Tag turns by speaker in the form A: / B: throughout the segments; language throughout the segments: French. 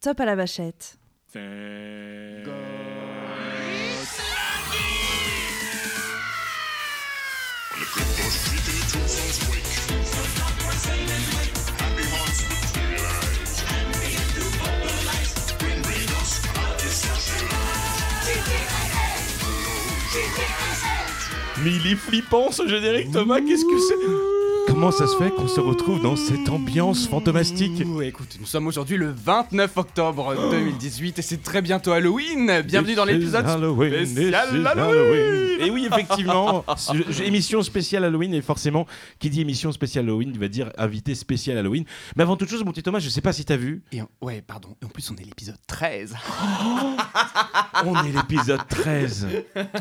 A: Top à la vachette.
B: Mais il est flippant ce générique, Thomas, qu'est-ce que c'est
C: Comment ça se fait qu'on se retrouve dans cette ambiance fantomastique
D: Ouh, écoute, nous sommes aujourd'hui le 29 octobre 2018 et c'est très bientôt Halloween. Bienvenue dans
C: This is
D: l'épisode.
C: Halloween, this is
D: spécial
C: Halloween.
D: Halloween.
C: Et oui, effectivement, je- je- émission spéciale Halloween, et forcément, qui dit émission spéciale Halloween, va dire invité spécial Halloween. Mais avant toute chose, mon petit Thomas, je sais pas si t'as vu,
D: Et en- ouais, pardon. En plus, on est l'épisode 13.
C: Ah, on est l'épisode 13.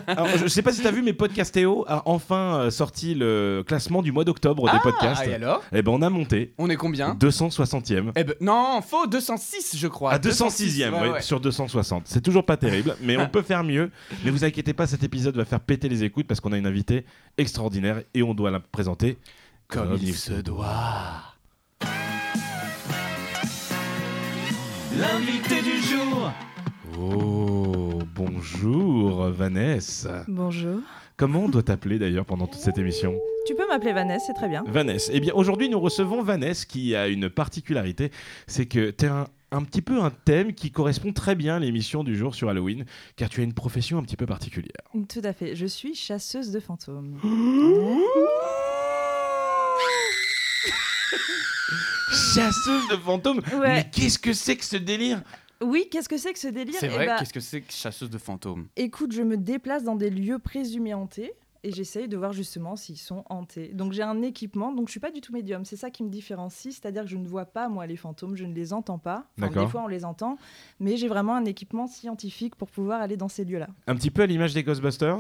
C: Alors, je sais pas si t'as vu, mais Podcastéo a enfin euh, sorti le classement du mois d'octobre des podcasts.
D: Ah, et alors
C: Eh ben, on a monté
D: On est combien
C: 260e.
D: Eh ben, non, faux, 206, je crois.
C: À 206e,
D: ouais,
C: ouais,
D: ouais.
C: sur 260. C'est toujours pas terrible, mais on peut faire mieux. Ne vous inquiétez pas, cet épisode va faire péter les écoutes parce qu'on a une invitée extraordinaire et on doit la présenter.
D: Comme il se doit.
E: L'invité du jour
C: Oh, bonjour Vanessa.
A: Bonjour.
C: Comment on doit t'appeler d'ailleurs pendant toute cette émission
A: Tu peux m'appeler Vanessa, c'est très bien.
C: Vanessa. Eh bien, aujourd'hui, nous recevons Vanessa qui a une particularité, c'est que tu as un, un petit peu un thème qui correspond très bien à l'émission du jour sur Halloween, car tu as une profession un petit peu particulière.
A: Tout à fait. Je suis chasseuse de fantômes.
C: Chasseuse de fantômes
A: Ouais.
C: Mais qu'est-ce que c'est que ce délire
A: Oui, qu'est-ce que c'est que ce délire
D: C'est
A: Eh
D: vrai,
A: bah,
D: qu'est-ce que c'est que chasseuse de fantômes
A: Écoute, je me déplace dans des lieux présumés hantés et j'essaye de voir justement s'ils sont hantés. Donc j'ai un équipement, donc je suis pas du tout médium. C'est ça qui me différencie, c'est-à-dire que je ne vois pas moi les fantômes, je ne les entends pas. Enfin,
C: D'accord.
A: des fois on les entend, mais j'ai vraiment un équipement scientifique pour pouvoir aller dans ces lieux-là.
C: Un petit peu à l'image des Ghostbusters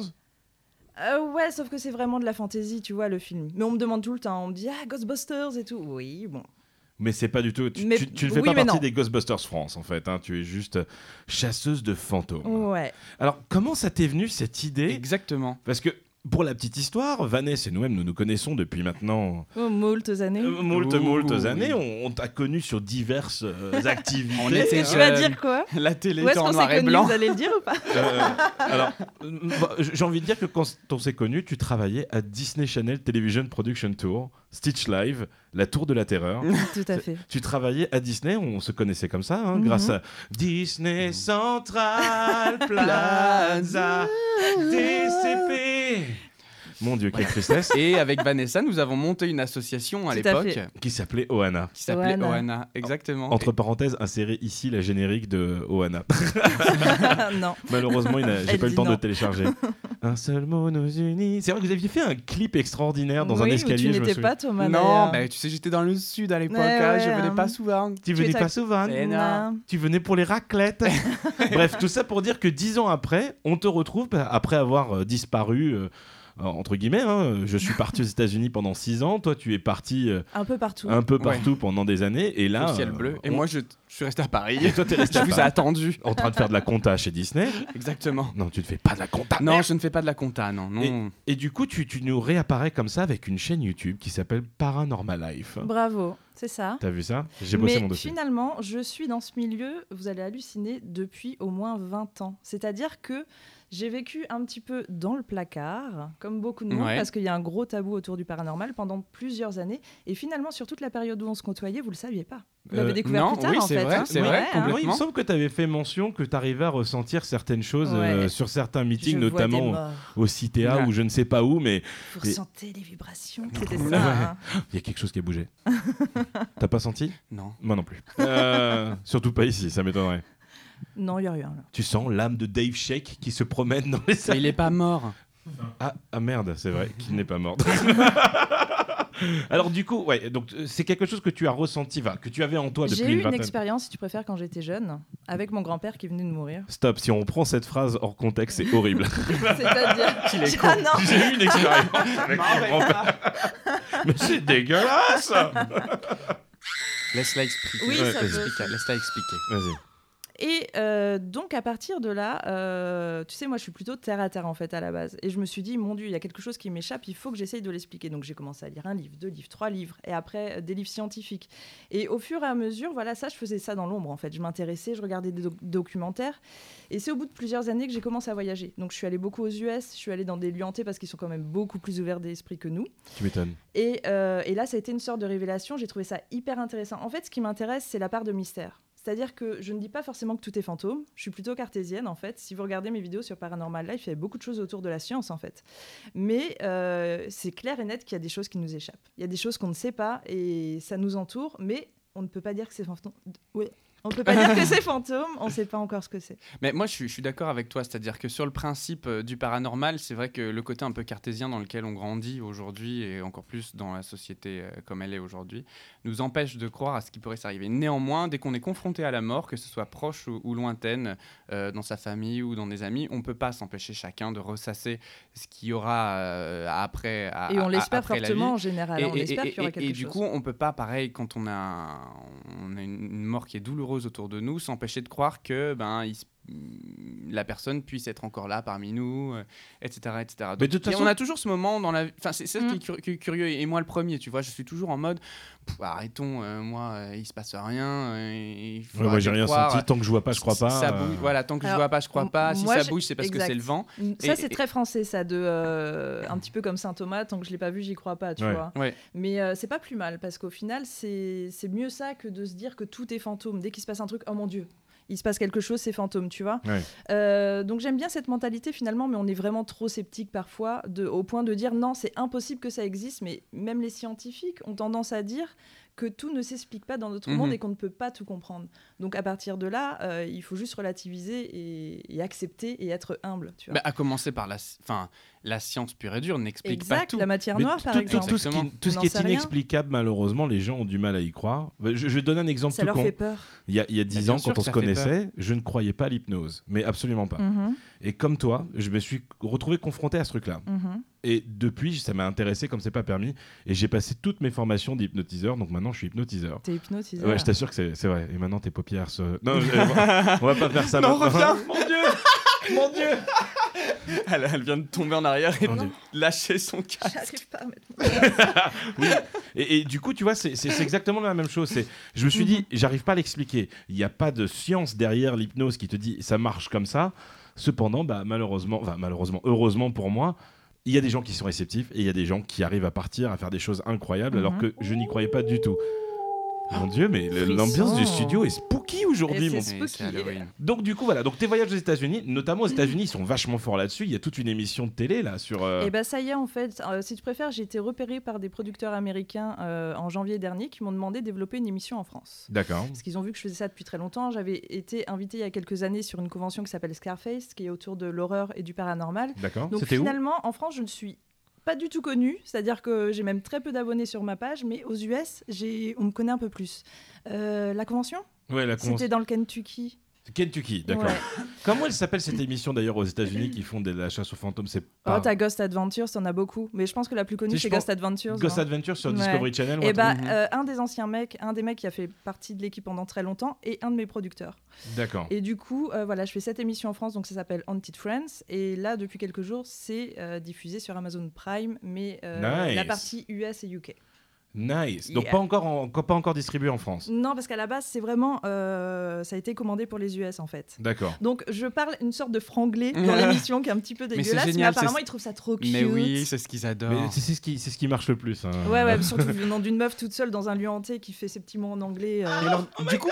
A: Euh, ouais, sauf que c'est vraiment de la fantaisie, tu vois, le film. Mais on me demande tout le temps, on me dit ah Ghostbusters et tout. Oui, bon.
C: Mais c'est pas du tout. Tu,
A: Mais-
C: tu- tu ne fais
A: oui,
C: pas
A: mais
C: partie
A: non.
C: des Ghostbusters France en fait. hein. Tu es juste chasseuse de fantômes.
A: Ouais.
C: Alors comment ça t'est venu cette idée
D: Exactement.
C: Parce que pour la petite histoire, Vanessa et nous-mêmes nous nous connaissons depuis maintenant
A: Oh, moultes années.
C: euh, moult
D: Ouh,
C: moult
D: oui.
C: années. On, on t'a connu sur diverses euh,
D: On
C: activités.
A: Qu'est-ce
D: était
A: que tu vas
D: jeunes.
A: dire quoi
D: La télé
A: Où est-ce
D: était en
A: qu'on s'est
D: noir et
A: connus
D: blanc.
A: Vous allez le dire ou pas
C: Euh, alors euh, bah, j'ai envie de dire que quand on s'est connus, tu travaillais à Disney Channel Television Production Tour, Stitch Live, La Tour de la Terreur.
A: Tout à fait.
C: Tu travaillais à Disney, on se connaissait comme ça, hein,
A: Mhm.
C: grâce à Disney Central Plaza DCP. Mon Dieu, quelle tristesse.
D: Et avec Vanessa, nous avons monté une association à
A: Tout à
D: l'époque
C: Qui s'appelait Ohana.
D: qui s'appelait
A: Oana.
D: Oana. Exactement.
C: Entre parenthèses, insérer ici la générique de Ohana.
A: non.
C: Malheureusement, il n'a- j'ai
A: Elle
C: pas eu le
A: dit
C: temps de
A: non.
C: télécharger. un seul mot nous unit. C'est vrai que vous aviez fait un clip extraordinaire dans un
A: Oui, où
C: escalier.
A: Tu
C: je me
A: n'étais
C: souviens.
A: pas Thomas.
D: Non,
A: d'ailleurs.
D: bah, tu sais, j'étais dans le sud à l'époque,
A: Ouais,
D: hein,
A: ouais,
D: je venais
A: hein.
D: pas souvent.
C: Tu venais
A: tu étais-
C: pas souvent.
D: C'est-
A: Non.
C: Tu venais pour les raclettes. Bref, tout ça pour dire que dix ans après, on te retrouve bah, après avoir euh, disparu. euh, euh, entre guillemets, hein. je suis parti aux États-Unis pendant six ans. Toi, tu es parti euh,
A: Un peu partout.
C: un peu partout pendant des années. Et là,
D: au ciel
C: euh,
D: bleu. Et
C: on-
D: moi, je, je suis resté à Paris.
C: et toi, t'es resté
D: je
C: à
D: vous ai
C: Paris,
D: attendu.
C: en train de faire de la compta chez Disney.
D: Exactement.
C: Non, tu ne fais pas de la compta.
D: Non,
C: merde.
D: je ne fais pas de la compta, non. non.
C: Et du coup, tu, tu nous réapparais comme ça avec une chaîne YouTube qui s'appelle Paranormal Life.
A: Bravo, c'est ça.
C: T'as vu ça J'ai bossé
A: Bah. Mais
C: mon dossier.
A: finalement, je suis dans ce milieu, vous allez halluciner, depuis au moins 20 ans. C'est-à-dire que j'ai vécu un petit peu dans le placard, comme beaucoup de monde,
D: Ouais.
A: parce qu'il y a un gros tabou autour du paranormal pendant plusieurs années. Et finalement, sur toute la période où on se côtoyait, vous le saviez pas. Vous l'avez
C: Euh, Ah
A: découvert
D: non,
A: plus tard,
D: oui,
A: en
D: c'est
A: fait.
D: vrai,
A: hein.
D: c'est vrai,
A: hein.
D: complètement.
C: Oui, il me semble que tu avais fait mention que tu arrivais à ressentir certaines choses euh,
A: Ouais.
C: sur certains
A: Je
C: meetings,
A: vois des
C: notamment
A: morts.
C: au Citéa
D: Ouais.
C: ou je ne sais pas où, mais
A: Vous
C: Et-
A: ressentez les vibrations. C'était
C: Ouais.
A: ça. hein.
C: il y a quelque chose qui a bougé. T'as pas senti
D: Non.
C: Moi non plus. Euh, surtout pas ici, ça m'étonnerait.
A: Non, il y a rien. là.
C: Tu sens l'âme de Dave Shake qui se promène dans les salles.
D: Mais il est pas mort.
C: Ah, ah merde, c'est vrai, qu'il n'est pas mort. Alors du coup, ouais, donc euh, c'est quelque chose que tu as ressenti, va, que tu avais en toi depuis
A: J'ai eu une
C: vingtaine-
A: expérience, si tu préfères, quand j'étais jeune, avec mon grand-père qui venait de mourir.
C: Stop, si on prend cette phrase hors contexte, c'est horrible.
A: C'est-à-dire.
D: Il est
A: Ah non
C: J'ai eu une expérience avec mon grand-père. Mais c'est dégueulasse
D: Laisse-la expliquer.
A: Oui,
C: Ouais,
A: ça
C: vas-y.
A: peut.
D: Explique, Laisse-la expliquer.
C: Vas-y.
A: Et euh, donc, à partir de là, euh, tu sais, moi, je suis plutôt terre à terre, en fait, à la base. Et je me suis dit, mon Dieu, il y a quelque chose qui m'échappe, il faut que j'essaye de l'expliquer. Donc, j'ai commencé à lire un livre, deux livres, trois livres, et après, euh, des livres scientifiques. Et au fur et à mesure, voilà, ça, je faisais ça dans l'ombre, en fait. Je m'intéressais, je regardais des doc- documentaires. Et c'est au bout de plusieurs années que j'ai commencé à voyager. Donc, je suis allée beaucoup aux US, je suis allée dans des lieux hantés parce qu'ils sont quand même beaucoup plus ouverts d'esprit que nous.
C: Tu m'étonnes.
A: Et, euh, et là, ça a été une sorte de révélation. J'ai trouvé ça hyper intéressant. En fait, ce qui m'intéresse, c'est la part de mystère. C'est-à-dire que je ne dis pas forcément que tout est fantôme. Je suis plutôt cartésienne, en fait. Si vous regardez mes vidéos sur Paranormal Life, il y avait beaucoup de choses autour de la science, en fait. Mais euh, c'est clair et net qu'il y a des choses qui nous échappent. Il y a des choses qu'on ne sait pas et ça nous entoure, mais on ne peut pas dire que c'est fantôme. Ouais. On peut pas dire que c'est fantôme, on ne sait pas encore ce que c'est.
D: Mais moi, je suis, je suis d'accord avec toi, c'est-à-dire que sur le principe euh, du paranormal, c'est vrai que le côté un peu cartésien dans lequel on grandit aujourd'hui, et encore plus dans la société euh, comme elle est aujourd'hui, nous empêche de croire à ce qui pourrait s'arriver. Néanmoins, dès qu'on est confronté à la mort, que ce soit proche ou, ou lointaine, euh, dans sa famille ou dans des amis, on ne peut pas s'empêcher chacun de ressasser ce qu'il y aura euh, après. à-
A: Et on
D: à-
A: l'espère
D: ah, après la vie.
A: fortement en général.
D: Et-
A: on
D: et-
A: espère
D: et-
A: qu'il y aura
D: et-
A: quelque
D: et
A: chose.
D: du coup, on peut pas, pareil, quand on a, un- on a une une mort qui est douloureuse autour de nous, s'empêcher de croire que ben, il se- la personne puisse être encore là parmi nous, euh, etc. etc. Donc,
C: Mais de toute
D: et
C: façon-
D: on a toujours ce moment dans la vie. Enfin, c'est c'est ça qui
E: Mm.
D: est cur- qui est curieux. Et moi, le premier, tu vois, je suis toujours en mode Pff, arrêtons, euh, moi, euh, il se passe rien. euh, il
C: Ouais,
D: faudra
C: moi, j'ai
D: que
C: rien
D: croire.
C: senti. Tant que je vois pas, je crois
D: Si
C: pas.
D: ça
C: euh,
D: bouge- Voilà, tant que je
A: Alors,
D: vois pas, je crois pas. Si
A: moi,
D: ça
A: je-
D: bouge, c'est parce
A: exact.
D: que c'est le vent.
A: Ça,
D: Et-
A: c'est
D: et-
A: très français, ça, de euh, un petit peu comme saint Thomas, tant que je l'ai pas vu, j'y crois pas, tu
C: Ouais.
A: vois.
D: Ouais.
A: Mais euh, c'est pas plus mal, parce qu'au final, c'est c'est mieux ça que de se dire que tout est fantôme. Dès qu'il se passe un truc, oh mon Dieu, il se passe quelque chose, c'est fantôme, tu vois.
C: Ouais.
A: Euh, donc j'aime bien cette mentalité finalement, mais on est vraiment trop sceptique parfois, de, au point de dire non, c'est impossible que ça existe, mais même les scientifiques ont tendance à dire que tout ne s'explique pas dans notre
D: Mhm.
A: monde et qu'on ne peut pas tout comprendre. Donc à partir de là, euh, il faut juste relativiser et, et accepter et être humble. Tu vois.
D: Bah, à commencer par la, s- enfin, la science pure et dure n'explique pas
A: exact,
D: tout.
A: la matière
C: Mais
A: noire
C: tout-
A: par
C: tout-
A: exemple.
C: Tout ce qui,
D: Exactement.
C: tout ce
A: On
C: qui
A: n'en sait
C: est
A: rien.
C: inexplicable, malheureusement, les gens ont du mal à y croire. Bah, Je, je donne un exemple
A: Ça
C: tout
A: leur
C: con.
A: fait peur.
C: Il y a, il y a 10
D: Bah, bien
C: ans,
D: sûr
C: quand on
D: que
C: se
D: ça fait
C: connaissait, je ne croyais pas à l'hypnose, mais absolument pas.
A: Mhm,
C: Et comme toi, je me suis retrouvé confronté à ce truc-là.
A: mhm.
C: Et depuis, ça m'a intéressé comme c'est pas permis. Et j'ai passé toutes mes formations d'hypnotiseur, donc maintenant je suis hypnotiseur.
A: T'es hypnotisé.
C: Ouais, je t'assure que c'est c'est vrai. Et maintenant tes paupières se. Non, je- on va- on va pas faire ça.
D: Non,
C: maintenant.
D: reviens Mon Dieu Mon Dieu elle, elle vient de tomber en arrière et
C: Mon
D: de
C: Dieu.
D: lâcher son casque.
A: J'arrive pas à mettre-
C: Et, et du coup, tu vois, c'est- c'est c'est exactement la même chose. C'est- Je me suis
A: Mhm.
C: dit, j'arrive pas à l'expliquer. Il n'y a pas de science derrière l'hypnose qui te dit ça marche comme ça. Cependant, bah, malheureusement, enfin, malheureusement, heureusement pour moi, il y a des gens qui sont réceptifs et il y a des gens qui arrivent à partir, à faire des choses incroyables, alors
A: Mhm.
C: que je n'y croyais pas du tout. Mon Dieu, mais le- l'ambiance du
A: Frisson.
C: studio est spooky aujourd'hui,
A: Et
C: mon
A: c'est
D: Oui,
A: spooky.
C: donc du coup voilà, donc tes voyages aux États-Unis, notamment aux États-Unis, ils sont vachement forts là-dessus. Il y a toute une émission de télé là sur. euh,
A: Et bah ça y est en fait, euh, si tu préfères, j'ai été repérée par des producteurs américains euh, en janvier dernier qui m'ont demandé de développer une émission en France.
C: D'accord.
A: Parce qu'ils ont vu que je faisais ça depuis très longtemps. J'avais été invitée il y a quelques années sur une convention qui s'appelle Scarface, qui est autour de l'horreur et du paranormal.
C: D'accord.
A: Donc
C: C'était où
A: finalement, en France, je ne suis pas du tout connue, c'est-à-dire que j'ai même très peu d'abonnés sur ma page, mais aux US, j'ai- on me connaît un peu plus. Euh, la convention
C: Ouais, la convention-
A: C'était dans le Kentucky.
C: Kentucky, d'accord.
A: Ouais.
C: Comment elle s'appelle cette émission d'ailleurs aux États-Unis qui font de la chasse aux fantômes C'est
A: Oh,
C: pas
A: t'as Ghost Adventures, t'en as beaucoup, mais je pense que la plus connue,
C: Ah. Si, je
A: c'est
C: pense-
A: Ghost Adventures.
C: Ghost
A: hein.
C: Adventure sur
A: Ouais.
C: Discovery Channel. ou un
A: Et bah,
D: Mhm.
A: euh, un des anciens mecs, un des mecs qui a fait partie de l'équipe pendant très longtemps, et un de mes producteurs.
C: truc- D'accord.
A: Et du coup, euh, voilà, je fais cette émission en France, donc ça s'appelle Haunted Friends. Et là, depuis quelques jours, c'est euh, diffusé sur Amazon Prime, mais euh,
C: Nice.
A: la partie US et UK.
C: Nice. Donc
A: Yeah.
C: pas encore, en- encore- pas encore distribué en France.
A: Non, parce qu'à la base, c'est vraiment, euh, ça a été commandé pour les US en fait.
C: D'accord.
A: Donc je parle une sorte de franglais dans l'émission qui est un petit peu
D: c'est
A: dégueulasse, mais,
D: génial,
A: apparemment
D: c'est-
A: ils trouvent ça trop cute.
D: Mais oui, c'est ce qu'ils adorent.
C: Mais c'est c'est ce qui, c'est ce qui marche le plus. hein.
A: Ouais, ouais, surtout venant d'une meuf toute seule dans un lieu hanté qui fait ses petits mots en anglais. euh.
D: Et alors, du, coup,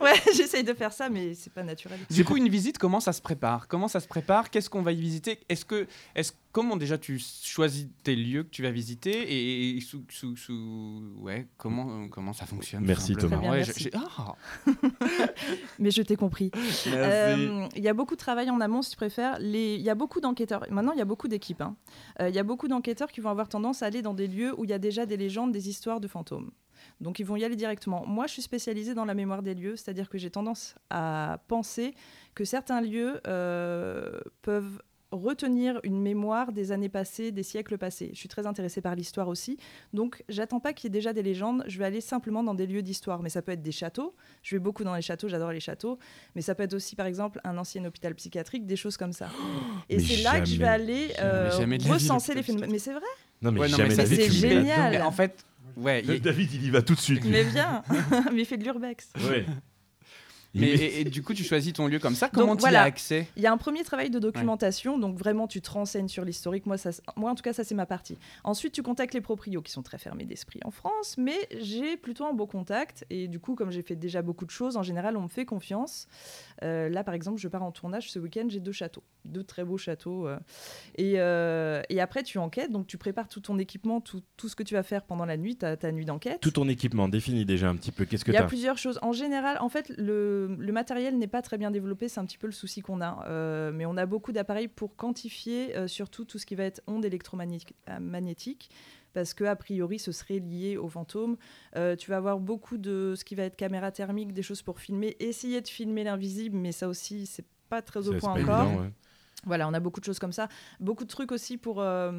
A: Ouais, j'essaye de faire ça, mais c'est pas naturel.
D: du coup, une visite, comment ça se prépare Comment ça se prépare Qu'est-ce qu'on va y visiter Est-ce que, est-ce comment déjà tu choisis tes lieux que tu vas visiter et, et sous, sous, sous- ouais, comment, euh, comment ça fonctionne tout
C: Merci,
D: simplement.
A: Thomas. Très bien,
D: Ouais,
A: merci.
D: j'ai- j'ai- ah,
A: Mais je t'ai compris. Euh, Il y a beaucoup de travail en amont, si tu préfères. Les- Il y a beaucoup d'enquêteurs. Maintenant, il y a beaucoup d'équipes. hein. Euh, Il y a beaucoup d'enquêteurs qui vont avoir tendance à aller dans des lieux où il y a déjà des légendes, des histoires de fantômes. Donc, ils vont y aller directement. Moi, je suis spécialisée dans la mémoire des lieux, c'est-à-dire que j'ai tendance à penser que certains lieux euh, peuvent retenir une mémoire des années passées, des siècles passés. Je suis très intéressée par l'histoire aussi, donc j'attends pas qu'il y ait déjà des légendes, je vais aller simplement dans des lieux d'histoire, mais ça peut être des châteaux, je vais beaucoup dans les châteaux, j'adore les châteaux, mais ça peut être aussi par exemple un ancien hôpital psychiatrique, des choses comme ça. Et
C: mais
A: c'est là que je
C: jamais,
A: vais aller euh,
D: jamais de la vie,
A: recenser les
D: l'hôpital
A: phénomènes. Mais c'est vrai,
C: Non, mais
D: Ouais, non,
C: jamais
D: mais
C: la
D: ça,
C: vie,
A: c'est
C: tu me mets
A: génial.
D: Donc, en fait, ouais, il y a-
C: là-dedans. David, il y va tout de suite. lui.
A: mais bien, mais fais de l'urbex.
C: Ouais. Il
D: mais
C: met-
D: et, et du coup, tu choisis ton lieu comme ça. Comment tu y
A: voilà.
D: as accès
A: Il y a un premier travail de documentation, donc vraiment tu te renseignes sur l'historique. Moi, ça, moi, en tout cas, ça c'est ma partie. Ensuite, tu contactes les proprios qui sont très fermés d'esprit en France, mais j'ai plutôt un beau contact et du coup, comme j'ai fait déjà beaucoup de choses, en général, on me fait confiance. Euh, là, par exemple, je pars en tournage ce week-end, j'ai deux châteaux, deux très beaux châteaux. euh. et, euh, et après, tu enquêtes, donc tu prépares tout ton équipement, tout, tout ce que tu vas faire pendant la nuit, ta, ta nuit d'enquête.
C: Tout ton équipement, définis déjà un petit peu. Qu'est-ce que
A: Il y a
C: t'as
A: plusieurs choses. En général, en fait, le, le matériel n'est pas très bien développé. C'est un petit peu le souci qu'on a. Euh, mais on a beaucoup d'appareils pour quantifier euh, surtout tout ce qui va être onde électromagnétique. euh, Parce que, a priori, ce serait lié aux fantômes. Euh, tu vas avoir beaucoup de ce qui va être caméra thermique, des choses pour filmer, essayer de filmer l'invisible, mais ça aussi, c'est pas très au
C: Ça,
A: point
C: c'est pas
A: encore.
C: évident, ouais.
A: Voilà, on a beaucoup de choses comme ça. Beaucoup de trucs aussi pour, euh,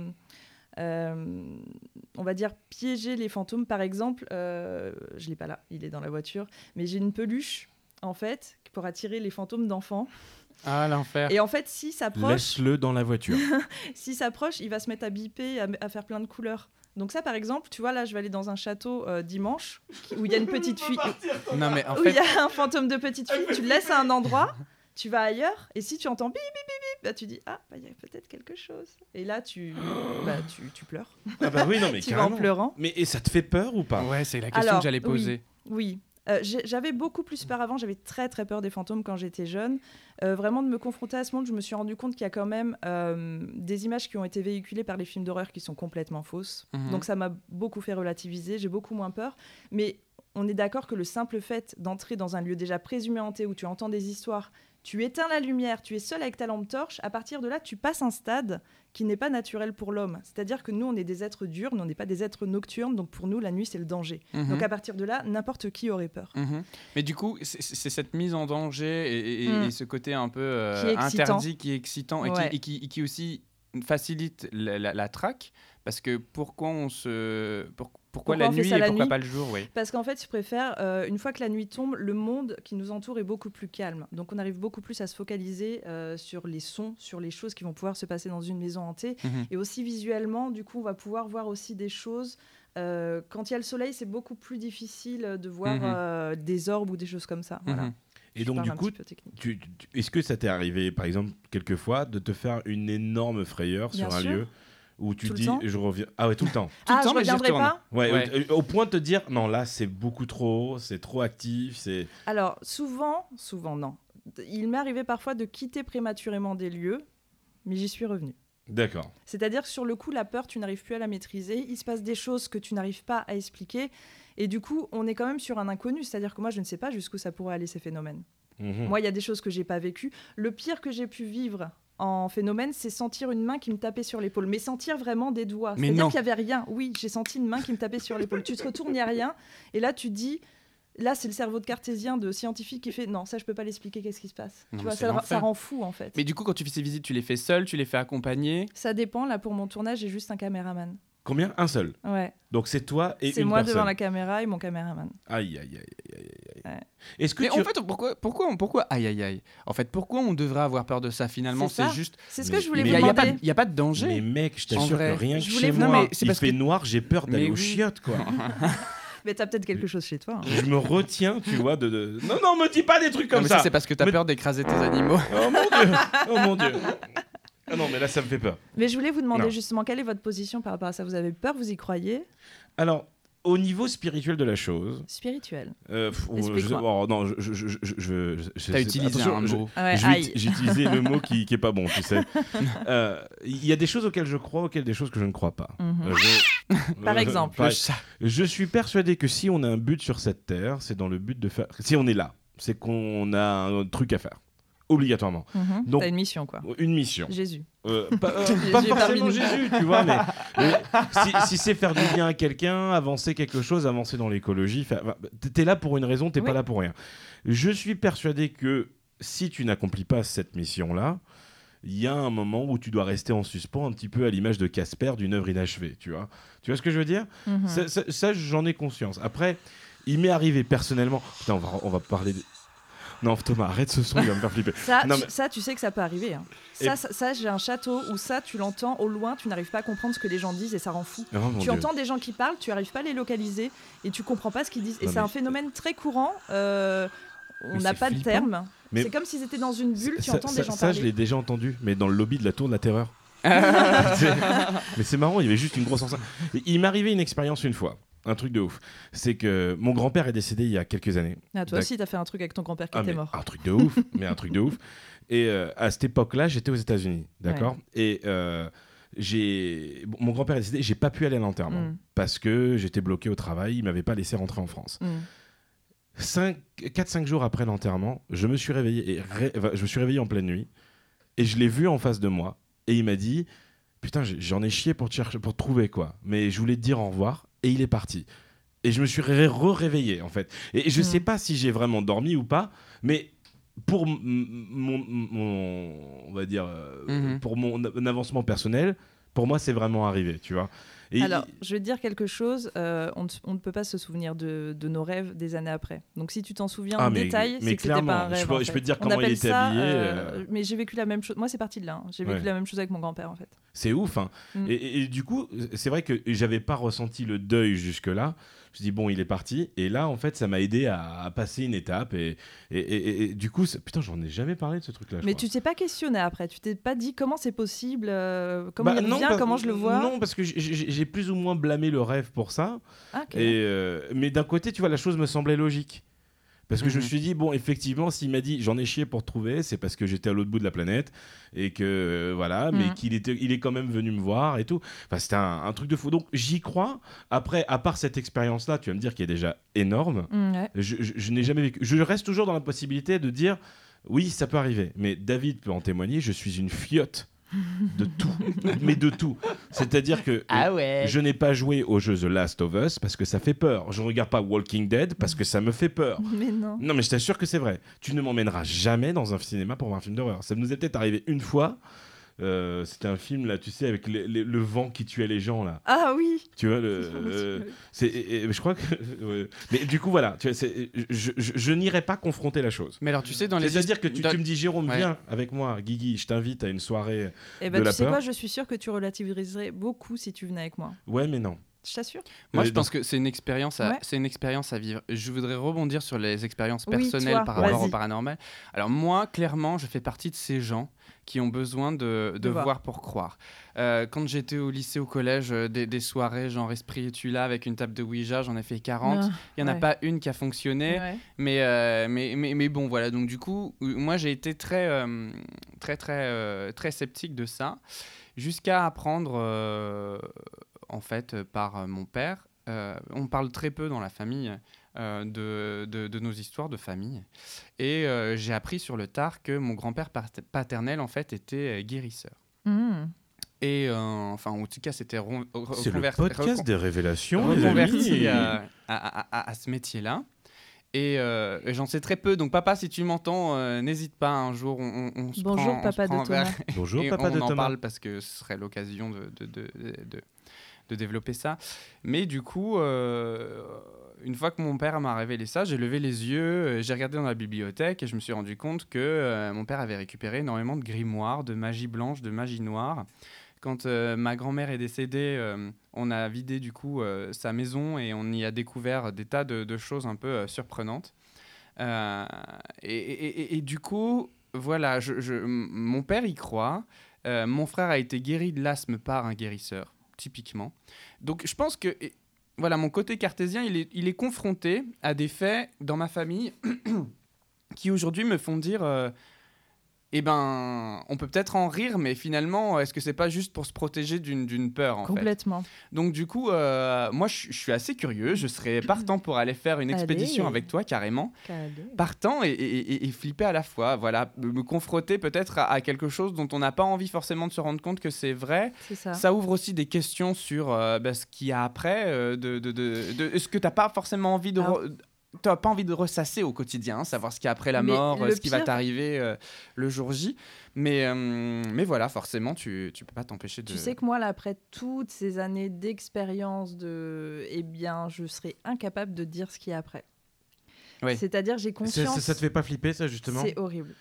A: euh, on va dire, piéger les fantômes. Par exemple, euh, je ne l'ai pas là, il est dans la voiture, mais j'ai une peluche, en fait, pour attirer les fantômes d'enfants.
D: Ah, l'enfer.
A: Et en fait, s'il s'approche,
C: Laisse-le dans la voiture.
A: s'il s'approche, il va se mettre à biper, à, à faire plein de couleurs. Donc ça, par exemple, tu vois, là, je vais aller dans un château euh, dimanche, qui- où il y a une petite fille,
D: Non, mais en
A: où il y
D: fait,
A: a un fantôme de petite fille, tu le laisses à un endroit, tu vas ailleurs, et si tu entends bip bip bip bip, bah tu dis ah bah il y a peut-être quelque chose. Et là tu bah, tu, tu pleures,
C: ah bah oui, non mais
A: tu vas en
C: carrément.
A: pleurant.
C: Mais et ça te fait peur ou pas
D: ouais, c'est la question
A: Alors,
D: que j'allais
A: oui.
D: poser.
A: Oui. Euh, j'ai- j'avais beaucoup plus peur avant, j'avais très très peur des fantômes quand j'étais jeune. Euh, vraiment de me confronter à ce monde, je me suis rendu compte qu'il y a quand même euh, des images qui ont été véhiculées par les films d'horreur qui sont complètement fausses.
D: Mhm.
A: Donc ça m'a beaucoup fait relativiser, j'ai beaucoup moins peur. Mais on est d'accord que le simple fait d'entrer dans un lieu déjà présumé hanté où tu entends des histoires, tu éteins la lumière, tu es seul avec ta lampe torche, à partir de là tu passes un stade qui n'est pas naturel pour l'homme. C'est-à-dire que nous on est des êtres diurnes, on n'est pas des êtres nocturnes, donc pour nous la nuit c'est le danger.
D: Mhm.
A: Donc à partir de là, n'importe qui aurait peur.
D: Mhm. Mais du coup, c'est c'est cette mise en danger et, et- et-
A: Mm.
D: et ce côté un peu euh,
A: Qui est excitant.
D: interdit qui est excitant et, qui-
A: Ouais.
D: et qui, et qui aussi facilite la, la- la traque. Parce que pourquoi on se. pour-
A: Pourquoi
D: pourquoi, la
A: on fait
D: nuit
A: ça
D: et
A: la
D: pourquoi
A: nuit
D: pas le jour oui.
A: Parce qu'en fait, je préfère, euh, une fois que la nuit tombe, le monde qui nous entoure est beaucoup plus calme. Donc on arrive beaucoup plus à se focaliser euh, sur les sons, sur les choses qui vont pouvoir se passer dans une maison hantée.
D: Mhm.
A: Et aussi visuellement, du coup, on va pouvoir voir aussi des choses. Euh, quand il y a le soleil, c'est beaucoup plus difficile de voir
D: Mhm.
A: euh, des orbes ou des choses comme ça. Voilà.
D: Mhm.
C: Et
A: Je
C: donc
A: parle
C: du
A: un
C: coup,
A: petit peu technique.
C: tu- tu- est-ce que ça t'est arrivé, par exemple, quelquefois, de te faire une énorme frayeur
A: Bien
C: sur un
A: sûr.
C: lieu où tu
A: Tout le
C: dis,
A: temps.
C: je reviens. Ah ouais, tout le temps.
D: Tout le
A: ah,
D: temps,
A: je
D: mais j'y
A: reviendrai
D: retourne.
A: pas
C: Ouais,
D: Ouais.
C: Au, au point de te dire, non, là, c'est beaucoup trop haut, c'est trop actif, c'est.
A: Alors, souvent, souvent, non. Il m'est arrivé parfois de quitter prématurément des lieux, mais j'y suis revenue.
C: D'accord.
A: C'est-à-dire que sur le coup, la peur, tu n'arrives plus à la maîtriser. Il se passe des choses que tu n'arrives pas à expliquer. Et du coup, on est quand même sur un inconnu. C'est-à-dire que moi, je ne sais pas jusqu'où ça pourrait aller ces phénomènes.
D: Mmh.
C: Mhm.
A: Moi, il y a des choses que j'ai pas vécues. Le pire que j'ai pu vivre en phénomène, c'est sentir une main qui me tapait sur l'épaule, mais sentir vraiment des doigts.
D: Mais
A: C'est-à-dire
D: non.
A: qu'il y avait rien. Oui, j'ai senti une main qui me tapait sur l'épaule. tu te retournes, il n'y a rien. Et là, tu te dis. Là, c'est le cerveau de cartésien, de scientifique qui fait non, ça je peux pas l'expliquer, qu'est-ce qui se passe Tu
D: Non, mais
A: vois,
D: c'est
A: ça, ça
D: l'enfer.
A: rend fou en fait.
D: Mais du coup, quand tu fais ces visites, tu les fais seul, tu les fais accompagner.
A: Ça dépend. Là, pour mon tournage, j'ai juste un caméraman.
C: Combien Un seul.
A: Ouais.
C: Donc c'est toi et
A: C'est
C: une
A: moi
C: personne.
A: devant la caméra et mon caméraman.
C: Aïe, aïe, aïe, aïe, aïe, aïe.
A: Ouais.
C: Est-ce que
D: Mais
C: tu.
D: en fait, pourquoi, pourquoi, on- pourquoi, aïe aïe aïe. En fait, pourquoi on devrait avoir peur de ça finalement
A: C'est
D: C'est
A: ça.
D: juste.
A: C'est ce
C: Mais-
A: que je voulais
C: mais
A: vous
D: Il n'y a,
A: demander.
D: pas de- y a pas de danger.
C: Mais mec, je t'assure
D: En vrai,
C: que rien que
A: je voulais
C: chez
A: vous-
C: moi,
A: Non,
D: mais c'est
C: il
D: parce
C: fait
D: que-
C: noir, j'ai peur d'aller
D: Mais
C: aux
D: oui.
C: chiottes, quoi.
A: Mais t'as peut-être quelque chose chez toi. hein.
C: je me retiens, tu vois, de, de- Non, non, me dis pas des trucs
D: Non,
C: comme
D: mais
C: ça.
D: ça, c'est parce que tu as
C: Mais-
D: peur d'écraser tes animaux.
C: Oh mon dieu Oh mon dieu Ah non, mais là, ça me fait peur.
A: Mais je voulais vous demander
C: Non.
A: justement quelle est votre position par rapport à ça. Vous avez peur, vous y croyez
C: Alors, au niveau spirituel de la chose.
A: Spirituel.
C: euh, pff, je-
A: Explique-moi.
C: oh, non, je. je, je, je- je- je- je-
D: Tu as utilisé
C: attention,
D: un
C: je-
D: mot.
A: Ouais,
C: je vais ut-
A: aïe.
C: J'ai utilisé le mot qui, qui est pas bon, tu sais. Euh, Il y a des choses auxquelles je crois, auxquelles des choses que je ne crois pas.
A: Mhm.
C: Euh, je-
A: Par
C: Euh,
A: exemple.
C: pareil.
D: Le chat.
C: Je suis persuadé que si on a un but sur cette terre, c'est dans le but de faire. Si on est là, c'est qu'on a un truc à faire. Obligatoirement.
A: Mhm.
C: Donc-
A: T'as une mission quoi.
C: Une mission.
A: Jésus.
C: Euh, pas euh,
A: Jésus
C: pas
A: est parmi
C: forcément
A: nous.
C: Jésus, tu vois, mais, mais si, si c'est faire du bien à quelqu'un, avancer quelque chose, avancer dans l'écologie, faire- enfin, t'es là pour une raison, t'es
A: Oui.
C: pas là pour rien. Je suis persuadé que si tu n'accomplis pas cette mission-là, il il y a un moment où tu dois rester en suspens, un petit peu à l'image de Casper d'une œuvre inachevée, tu vois. Tu vois ce que je veux dire
A: Mhm.
C: Ça, ça- ça, j'en ai conscience. Après, il m'est arrivé personnellement. Putain, on va, on va parler. de- Non, Thomas, arrête ce son, il va me faire flipper.
A: Ça,
C: Non,
A: tu-
C: mais-
A: ça, tu sais que ça peut arriver. hein.
C: Et-
A: Ça, ça, ça, j'ai un château où ça, tu l'entends au loin, tu n'arrives pas à comprendre ce que les gens disent et ça rend fou.
C: Oh, mon
A: tu
C: Dieu.
A: entends des gens qui parlent, tu n'arrives pas à les localiser et tu comprends pas ce qu'ils disent. Et
C: Non,
A: c'est
C: mais-
A: un phénomène très courant. euh, on
C: Mais
A: n'a
C: c'est
A: pas de
C: flippant.
A: terme.
C: Mais-
A: C'est comme s'ils étaient dans une bulle, tu
C: ça,
A: entends
C: ça-
A: des gens
C: ça, je
A: parler.
C: l'ai déjà entendu, mais dans le lobby de la tour de la terreur. C'est- mais c'est marrant, il y avait juste une grosse enceinte. Et Il m'est arrivé une expérience une fois, un truc de ouf. C'est que mon grand-père est décédé il y a quelques années.
A: Ah, toi
C: D'ac-
A: aussi, t'as fait un truc avec ton grand-père qui
C: Ah,
A: était
C: mais
A: mort.
C: Un truc de ouf, mais un truc de ouf. Et euh, à cette époque-là, j'étais aux États-Unis, d'accord Et euh, j'ai bon, mon grand-père est décédé, j'ai pas pu aller à l'enterrement
A: Mm.
C: parce que j'étais bloqué au travail, il m'avait pas laissé rentrer en France.
A: Mm.
C: 4-5 jours après l'enterrement, je me suis réveillé et ré- enfin, je me suis réveillé en pleine nuit et je l'ai vu en face de moi et il m'a dit putain j'ai- j'en ai chié pour te chercher pour te trouver quoi mais je voulais te dire au revoir et il est parti et je me suis ré- re-réveillé en fait et je
A: Mm.
C: sais pas si j'ai vraiment dormi ou pas mais pour m- m- mon, mon- on va dire euh,
A: Mm-hmm.
D: Mhm.
C: pour mon a- avancement personnel pour moi c'est vraiment arrivé tu vois et
A: Alors, je vais te dire quelque chose. euh, on, ne, on ne peut pas se souvenir de, de nos rêves des années après. Donc, si tu t'en souviens
C: Ah,
A: en
C: mais-
A: détail,
C: mais
A: c'est que c'était
C: clairement,
A: pas un
C: je
A: rêve.
C: peux-
A: en
C: je
A: fait.
C: peux te dire
A: On
C: comment il
A: appelle
C: était
A: ça,
C: habillé, euh,
A: Mais j'ai vécu la même chose. Moi, c'est parti de là. hein. J'ai vécu
C: Ouais.
A: la même chose avec mon grand-père, en fait.
C: C'est ouf. hein.
A: Mm.
C: Et, et- et du coup, c'est vrai que j'avais pas ressenti le deuil jusque-là. Je dis bon, il est parti. Et là, en fait, ça m'a aidé à, à passer une étape. Et, et- et- et- et du coup, c'est- putain, j'en ai jamais parlé de ce truc-là. je
A: Mais
C: crois.
A: tu t'es pas questionné après. Tu t'es pas dit comment c'est possible, euh, comment
C: Bah,
A: il
C: non,
A: revient,
C: pas-
A: comment je le vois.
C: Non, parce que j'ai- j'ai j'ai plus ou moins blâmé le rêve pour ça.
A: Ah, ok.
C: Et euh, mais d'un côté, tu vois, la chose me semblait logique. Parce que je me
D: Mhm.
C: suis dit, bon, effectivement, s'il m'a dit j'en ai chié pour te trouver, c'est parce que j'étais à l'autre bout de la planète et que euh, voilà, mais
A: Mhm.
C: qu'il était, il est quand même venu me voir et tout. Enfin, c'était un, un truc de fou. Donc j'y crois. Après, à part cette expérience-là, tu vas me dire qui est déjà énorme,
A: Mm, ouais.
C: je, je- je n'ai jamais vécu. Je reste toujours dans la possibilité de dire, oui, ça peut arriver. Mais David peut en témoigner, je suis une fiotte de tout, mais de tout. C'est-à-dire que
A: Ah
D: ouais.
C: je n'ai pas joué au jeu The Last of Us parce que ça fait peur. Je ne regarde pas Walking Dead parce que ça me fait peur.
A: Mais non.
C: Non, mais je t'assure que c'est vrai. Tu ne m'emmèneras jamais dans un cinéma pour voir un film d'horreur. Ça nous est peut-être arrivé une fois. Euh, C'était un film, là, tu sais, avec les- les- le vent qui tuait les gens, là.
A: Ah oui.
C: Tu vois, le. euh, c'est- et- et je crois que. ouais. Mais du coup, voilà. Tu vois, c'est- je je- je n'irai pas confronter la chose.
D: Mais alors, tu sais, dans les.
C: C'est-à-dire que tu,
D: dans-
C: tu me dis, Jérôme,
D: Ouais.
C: viens avec moi, Guigui, je t'invite à une soirée.
A: Et
C: de
A: ben,
C: la
A: tu sais
C: peur.
A: quoi, je suis sûre que tu relativiserais beaucoup si tu venais avec moi.
C: Ouais, mais non.
A: Je t'assure.
D: Moi,
C: Euh,
D: je pense que c'est une expérience à,
A: Ouais.
D: c'est une expérience à vivre. Je voudrais rebondir sur les expériences
A: Oui,
D: personnelles
A: toi,
D: par rapport
A: vas-y.
D: au paranormal. Alors moi, clairement, je fais partie de ces gens qui ont besoin de, de
A: De voir.
D: voir. pour croire. Euh, quand j'étais au lycée, au collège, euh, des, des soirées genre esprit tu là avec une table de Ouija, j'en ai fait 40.
A: Non,
D: Il n'y en a
A: Ah, ouais.
D: pas une qui a fonctionné.
A: Ouais.
D: Mais, euh, mais, mais, mais bon, voilà. Donc, du coup, euh, moi, j'ai été très, euh, très, très, euh, très sceptique de ça, jusqu'à apprendre, euh, en fait, euh, par euh, mon père. euh, on parle très peu dans la famille euh, de, de, de nos histoires de famille. Et euh, j'ai appris sur le tard que mon grand-père par- paternel, en fait, était euh, guérisseur.
A: Mm.
D: Et, euh, enfin, en tout cas, c'était ron- re-
C: C'est le
D: reconver- euh,
C: podcast des révélations. les amis.
D: reconverti à, à- à- à- à ce métier-là. Et, euh, et j'en sais très peu. Donc, papa, si tu m'entends, euh, n'hésite pas. Un jour, on, on- on se
A: Bonjour,
D: prend- on se
A: papa de
D: prend un verre
A: Thomas.
C: Bonjour,
D: et
C: papa
D: on
C: de
D: en
C: Thomas.
D: parle parce que ce serait l'occasion de, de, de- de- de- de développer ça. Mais du coup, euh, une fois que mon père m'a révélé ça, j'ai levé les yeux, euh, j'ai regardé dans la bibliothèque et je me suis rendu compte que euh, mon père avait récupéré énormément de grimoires, de magie blanche, de magie noire. Quand euh, ma grand-mère est décédée, euh, on a vidé du coup euh, sa maison et on y a découvert des tas de, de choses un peu euh, surprenantes. Euh, et, et- et- et du coup, voilà, je- je- m- mon père y croit. Euh, mon frère a été guéri de l'asthme par un guérisseur, typiquement. Donc je pense que et- voilà, mon côté cartésien, il est, il est confronté à des faits dans ma famille qui aujourd'hui me font dire euh, eh ben, on peut peut-être en rire, mais finalement, est-ce que c'est pas juste pour se protéger d'une d'une peur en fait
A: Complètement.
D: donc du coup, euh, moi je je suis assez curieux, je serais partant pour aller faire une
A: Allez.
D: expédition avec toi carrément, partant et, et- et- et flipper à la fois, voilà, me me confronter peut-être à, à quelque chose dont on n'a pas envie forcément de se rendre compte que c'est vrai.
A: C'est ça.
D: Ça ouvre aussi des ben, questions sur euh, bah, ce qu'il y a après, euh, de, de- de- de- de- ce que t'as pas forcément envie de...
A: Alors,
D: re- t'as pas envie de ressasser au quotidien, hein, savoir ce qu'il y a après la
A: Mais
D: mort,
A: le
D: euh, ce qui va
A: pire-
D: t'arriver euh, le jour J. Mais, euh, mais voilà, forcément, tu, tu peux pas t'empêcher de.
A: Tu sais que moi, là, après toutes ces années d'expérience, de... eh bien, je serais incapable de dire ce qu'il y a après.
D: Oui.
A: C'est-à-dire, j'ai
C: C'est-
A: conscience.
C: c'est- Ça te fait pas flipper, ça, justement
A: C'est horrible.
C: De-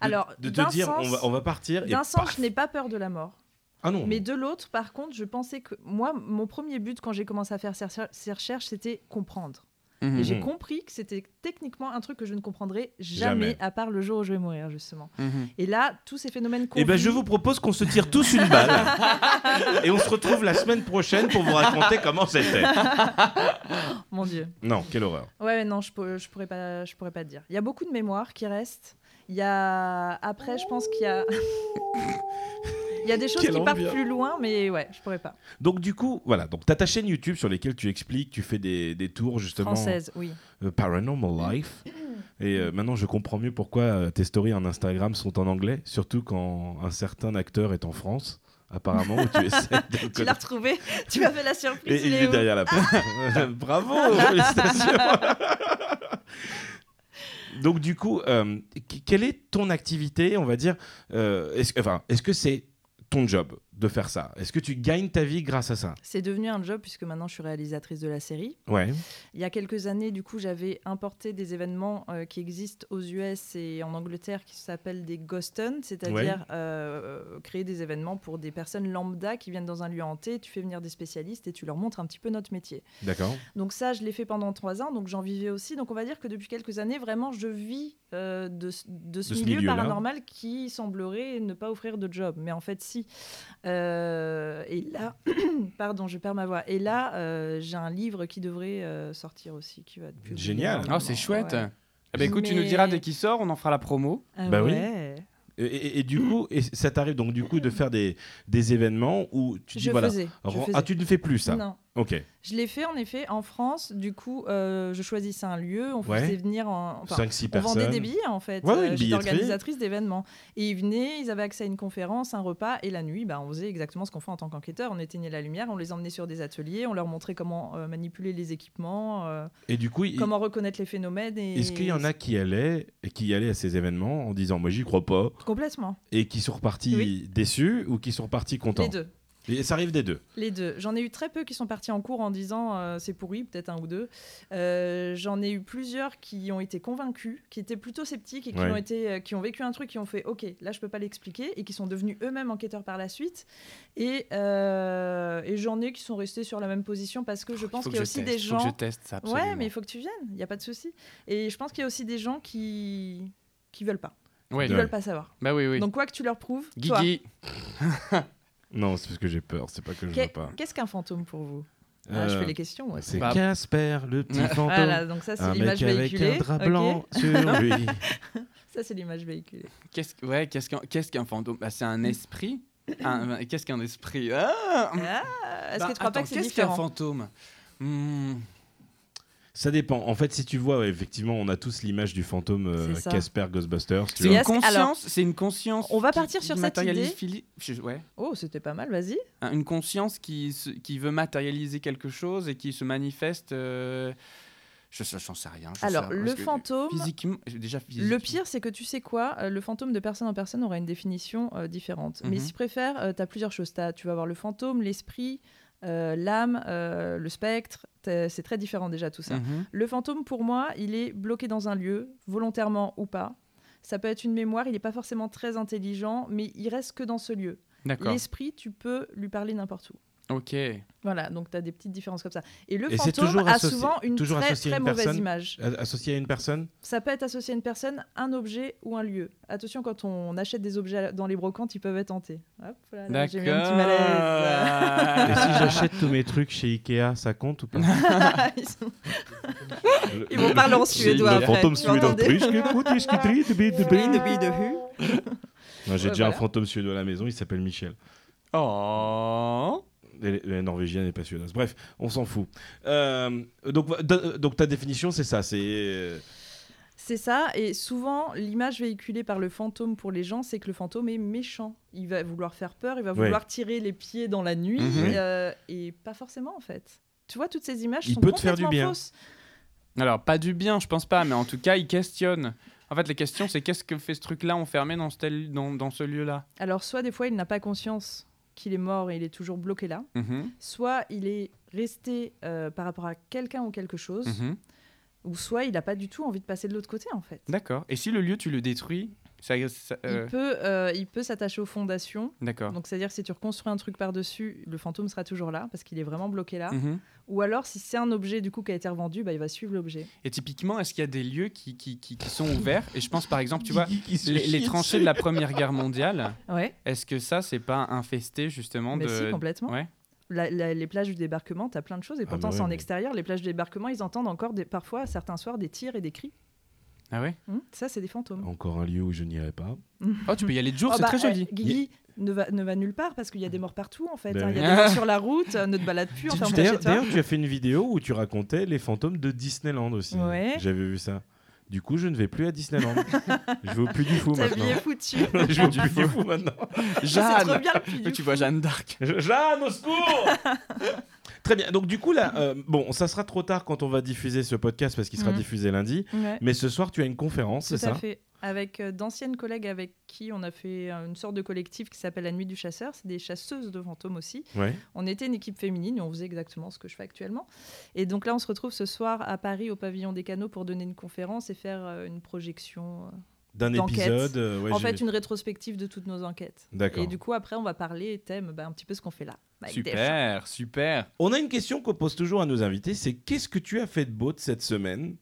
A: Alors,
C: de
A: d'un
C: te dire,
A: sens-
C: on, va, on va partir. et
A: D'un sens,
C: paf.
A: je n'ai pas peur de la mort.
C: Ah non.
A: Mais de l'autre, par contre, je pensais que moi, mon premier but quand j'ai commencé à faire ces recher- ces recherches, c'était comprendre.
D: Mhm.
A: Et j'ai
C: Mhm.
A: compris que c'était techniquement un truc que je ne comprendrais jamais,
C: Jamais.
A: à part le jour où je vais mourir, justement.
D: Mhm.
A: Et là, tous ces phénomènes
C: Eh ben,
A: convenus-
C: je vous propose qu'on se tire tous une balle. et on se retrouve la semaine prochaine pour vous raconter comment c'était.
A: Mon Dieu.
C: Non, quelle horreur.
A: Ouais, mais non, je, pour- je pourrais pas, je pourrais pas te dire. Il y a beaucoup de mémoires qui restent. Il y a après, je pense qu'il y a, il y a des choses
B: Quelle
A: qui partent
C: hein.
B: ambiance.
A: plus loin, mais ouais, je pourrais pas.
C: Donc, du coup, voilà. Donc, t'as ta chaîne YouTube sur laquelle tu expliques, tu fais des, des tours, justement.
A: Française, oui.
C: euh, Paranormal Life. Et euh, maintenant, je comprends mieux pourquoi euh, tes stories en Instagram sont en anglais, surtout quand un certain acteur est en France, apparemment, où tu essaies de le
A: Tu l'as
C: connaître.
A: retrouvé Tu m'as fait la surprise.
C: Et il est
A: Léo.
C: derrière la porte. Bravo, félicitations. Donc du coup, euh, qu- quelle est ton activité, on va dire euh, Est-ce enfin, est-ce que c'est ton job de faire ça Est-ce que tu gagnes ta vie grâce à ça
A: C'est devenu un job puisque maintenant je suis réalisatrice de la série.
C: Ouais.
A: Il y a quelques années, du coup, j'avais importé des événements euh, qui existent aux US et en Angleterre qui s'appellent des ghost hunts, c'est-à-dire euh, créer des événements pour des personnes lambda qui viennent dans un lieu hanté. Tu fais venir des spécialistes et tu leur montres un petit peu notre métier.
C: D'accord.
A: Donc ça, je l'ai fait pendant trois ans, donc j'en vivais aussi. Donc on va dire que depuis quelques années, vraiment, je vis euh, de, ce- de ce
C: De ce
A: milieu
C: milieu-là.
A: paranormal qui semblerait ne pas offrir de job. Mais en fait, si. Euh, et là, pardon, je perds ma voix. Et là, euh, j'ai un livre qui devrait euh, sortir aussi, qui va être publié
C: Génial.
A: normalement.
D: Oh, c'est chouette.
A: Ah, Ouais.
D: Eh ben, écoute, tu nous
A: Mais-
D: diras dès qu'il sort, on en fera la promo.
A: Ah
C: Bah oui.
A: ouais.
C: Et, et- et du coup, et ça t'arrive donc du coup de faire des, des événements où tu dis
A: Je
C: voilà.
A: faisais. je
C: ren-
A: faisais.
C: Ah, tu ne fais plus ça.
A: Non.
C: Ok.
A: Je l'ai fait en effet en France. Du coup, euh, je choisissais un lieu, on
C: Ouais.
A: faisait venir en. enfin,
C: 5-6
A: On
C: personnes.
A: vendait des billets en fait.
C: Ouais, ouais,
A: Euh,
C: une
A: J'étais
C: billetterie.
A: organisatrice d'événements. Et ils venaient, ils avaient accès à une conférence, un repas, et la nuit, bah, on faisait exactement ce qu'on fait en tant qu'enquêteur. On éteignait la lumière, on les emmenait sur des ateliers, on leur montrait comment euh, manipuler les équipements, euh,
C: Et du coup, il-
A: comment reconnaître les phénomènes. Et...
C: est-ce qu'il y en a qui allaient, qui allaient à ces événements en disant moi j'y crois pas
A: Complètement.
C: et qui sont repartis
A: Oui.
C: déçus ou qui sont repartis contents
A: Les deux.
C: Et ça arrive des deux.
A: Les deux. J'en ai eu très peu qui sont partis en cours en disant euh, c'est pourri, peut-être un ou deux. Euh, J'en ai eu plusieurs qui ont été convaincus, qui étaient plutôt sceptiques et qui,
C: Ouais.
A: ont, été, euh, qui ont vécu un truc, qui ont fait ok, là je peux pas l'expliquer et qui sont devenus eux-mêmes enquêteurs par la suite. Et, euh, et j'en ai qui sont restés sur la même position parce que je pense
D: Oh, Faut
A: qu'il
D: que
A: y a
D: je
A: aussi
D: teste,
A: des
D: Faut
A: gens.
D: que je teste ça.
A: Ouais,
D: absolument.
A: mais il faut que tu viennes, il n'y a pas de souci. Et je pense qu'il y a aussi des gens qui qui veulent pas,
D: Ouais.
A: qui
C: Ouais.
A: veulent pas savoir.
D: Bah oui, oui.
A: Donc quoi que tu leur prouves, toi,
D: Guigui,
C: Non, c'est parce que j'ai peur, c'est pas que je
A: qu'est-
C: veux pas.
A: qu'est-ce qu'un fantôme pour vous Ah, Je
C: Euh,
A: fais les questions. moi.
C: C'est
D: Bah-
C: Casper, le petit fantôme.
A: Ah, Voilà, donc ça c'est
C: un
A: l'image
C: mec avec
A: véhiculée.
C: un drap
A: ok
C: blanc sur lui.
A: Ça c'est l'image véhiculée.
D: qu'est-ce que- ouais, qu'est-ce qu'un qu'est-ce qu'un fantôme Bah, C'est un esprit. Un- Qu'est-ce qu'un esprit Ah
A: Ah, Est-ce
D: Bah,
A: que tu crois
D: attends,
A: pas que c'est
D: Qu'est-ce qu'un
A: différent
D: fantôme Hmm.
C: Ça dépend. En fait, si tu vois, effectivement, on a tous l'image du fantôme euh,
A: C'est ça.
C: Casper Ghostbusters. Tu
A: C'est
D: C'est
C: vois.
A: Yes,
D: une
A: alors,
D: conscience. C'est une conscience.
A: on va
D: qui-
A: partir
D: qui
A: sur cette
D: matérialise
A: idée.
D: Philippe- je- ouais.
A: Oh, c'était pas mal, vas-y.
D: Un- Une conscience qui, se- qui veut matérialiser quelque chose et qui se manifeste. euh, Je sais- j'en sais rien. je
A: Alors,
D: sais-
A: le
D: parce que
A: fantôme,
D: Physiquement, euh, déjà physiquement.
A: le pire c'est que tu sais quoi, euh, le fantôme de personne en personne aura une définition euh, différente. Mais
D: Mhm.
A: si tu préfères, euh, t'as plusieurs choses. T'as- tu vas avoir le fantôme, l'esprit, euh, l'âme, euh, le spectre. T'es- C'est très différent déjà tout ça.
D: Mhm.
A: Le fantôme, pour moi, il est bloqué dans un lieu, volontairement ou pas. Ça peut être une mémoire, il n'est pas forcément très intelligent, mais il reste que dans ce lieu.
D: D'accord.
A: L'esprit, tu peux lui parler n'importe où.
D: Ok.
A: Voilà, donc tu as des petites différences comme ça. Et le
C: Et c'est
A: fantôme
C: toujours
A: a
C: associé-
A: souvent une
C: toujours
A: très,
C: associé à
A: très
C: une
A: mauvaise
C: personne
A: image.
C: A- Associé à une personne
A: Ça peut être associé à une personne, un objet ou un lieu. Attention, quand on achète des objets dans les brocantes, ils peuvent être hantés. Hop, là, là, j'ai mis un petit malaise.
C: Et si
D: D'accord.
C: j'achète tous mes trucs chez Ikea, ça compte ou pas Euh,
A: Ils sont- Ils vont parler en suédois
C: Le
A: après,
C: fantôme
A: vous
C: suédois
A: entendez
C: autriche qui écoute les scuderies de bide de bide. Non, J'ai
A: Ouais,
C: déjà un
A: voilà.
C: fantôme suédois à la maison, il s'appelle Michel.
D: Oh.
C: Et La norvégienne n'est pas suédoise. Bref, on s'en fout. Euh, donc, vo- de- donc ta définition, c'est ça. C'est euh,
A: C'est ça, et souvent l'image véhiculée par le fantôme pour les gens, c'est que le fantôme est méchant. Il va vouloir faire peur, il va
C: Ouais.
A: vouloir tirer les pieds dans la nuit,
D: Mhm.
A: euh, et pas forcément en fait. Tu vois, toutes ces images
C: Il
A: sont
C: peut te faire du
A: complètement
C: bien.
A: fausses.
D: Alors, pas du bien, je pense pas, mais en tout cas, il questionne. En fait, les questions, c'est qu'est-ce que fait ce truc-là enfermé dans ce, tel- dans, dans ce lieu-là
A: Alors, soit des fois, il n'a pas conscience qu'il est mort et il est toujours bloqué là,
D: Mhm,
A: soit il est resté euh, par rapport à quelqu'un ou quelque chose,
D: mhm.
A: ou soit il n'a pas du tout envie de passer de l'autre côté, en fait.
D: D'accord. Et si le lieu, tu le détruis ça- ça- euh, Ah.
A: Il peut, euh, il peut s'attacher aux fondations.
D: D'accord.
A: Donc, c'est-à-dire que si tu reconstruis un truc par-dessus, le fantôme sera toujours là parce qu'il est vraiment bloqué là.
D: Mhm.
A: Ou alors, si c'est un objet du coup qui a été revendu, bah, il va suivre l'objet.
D: Et typiquement, est-ce qu'il y a des lieux qui, qui, qui- qui sont ouverts Et je pense par exemple, tu vois,
B: Guigui qui se
D: les, les
B: chie
D: tranchées de la Première Guerre mondiale,
A: Ouais,
D: est-ce que ça, c'est pas infesté justement
A: mais
D: de...
A: si, complètement.
D: Ouais.
A: La- la- les plages du débarquement, t'as plein de choses et
C: Ah,
A: pourtant
C: bah ouais,
A: c'est en
C: mais-
A: extérieur. Les plages du débarquement, ils entendent encore des, parfois certains soirs des tirs et des cris.
D: Ah ouais
A: Hmm, ça, c'est des fantômes.
C: Encore un lieu où je n'irai pas.
D: Oh, tu peux y aller de jour,
A: Oh,
D: c'est
A: bah,
D: très
A: euh,
D: joli.
A: Guigui ne va, ne va nulle part parce qu'il y a des morts partout en fait.
C: Ben
A: hein. Il y
D: oui.
A: a des morts sur la route, euh, ne te balade plus, enferme chez
C: D'ailleurs,
A: toi.
C: d'ailleurs, tu as fait une vidéo où tu racontais les fantômes de Disneyland aussi.
A: Ouais.
C: J'avais vu ça. Du coup, je ne vais plus à Disneyland. je vais au Puy du Fou
A: Ta
C: maintenant.
A: vie est foutue.
C: je vais au Puy du Fou maintenant.
A: C'est trop
D: Jeanne
A: bien le puits du
D: Tu vois Jeanne d'Arc.
C: Je- Jeanne, au secours Très bien. Donc du coup là, euh, bon, ça sera trop tard quand on va diffuser ce podcast parce qu'il sera
A: Mhm.
C: diffusé lundi.
A: fou. Ouais.
C: Mais ce soir, tu as une conférence,
A: Tout
C: c'est
A: à
C: ça
A: fait. Avec euh, d'anciennes collègues avec qui on a fait euh, une sorte de collectif qui s'appelle La Nuit du Chasseur. C'est des chasseuses de fantômes aussi.
C: Ouais.
A: On était une équipe féminine et on faisait exactement ce que je fais actuellement. Et donc là, on se retrouve ce soir à Paris au Pavillon des Canaux pour donner une conférence et faire euh, une projection. euh,
C: D'un
A: D'enquête.
C: épisode. euh, ouais,
A: en
C: j'ai-
A: fait, une rétrospective de toutes nos enquêtes.
C: D'accord.
A: Et du coup, après, on va parler thème, bah, un petit peu ce qu'on fait là. avec des gens.
D: Super, super.
C: On a une question qu'on pose toujours à nos invités, c'est qu'est-ce que tu as fait de beau de cette semaine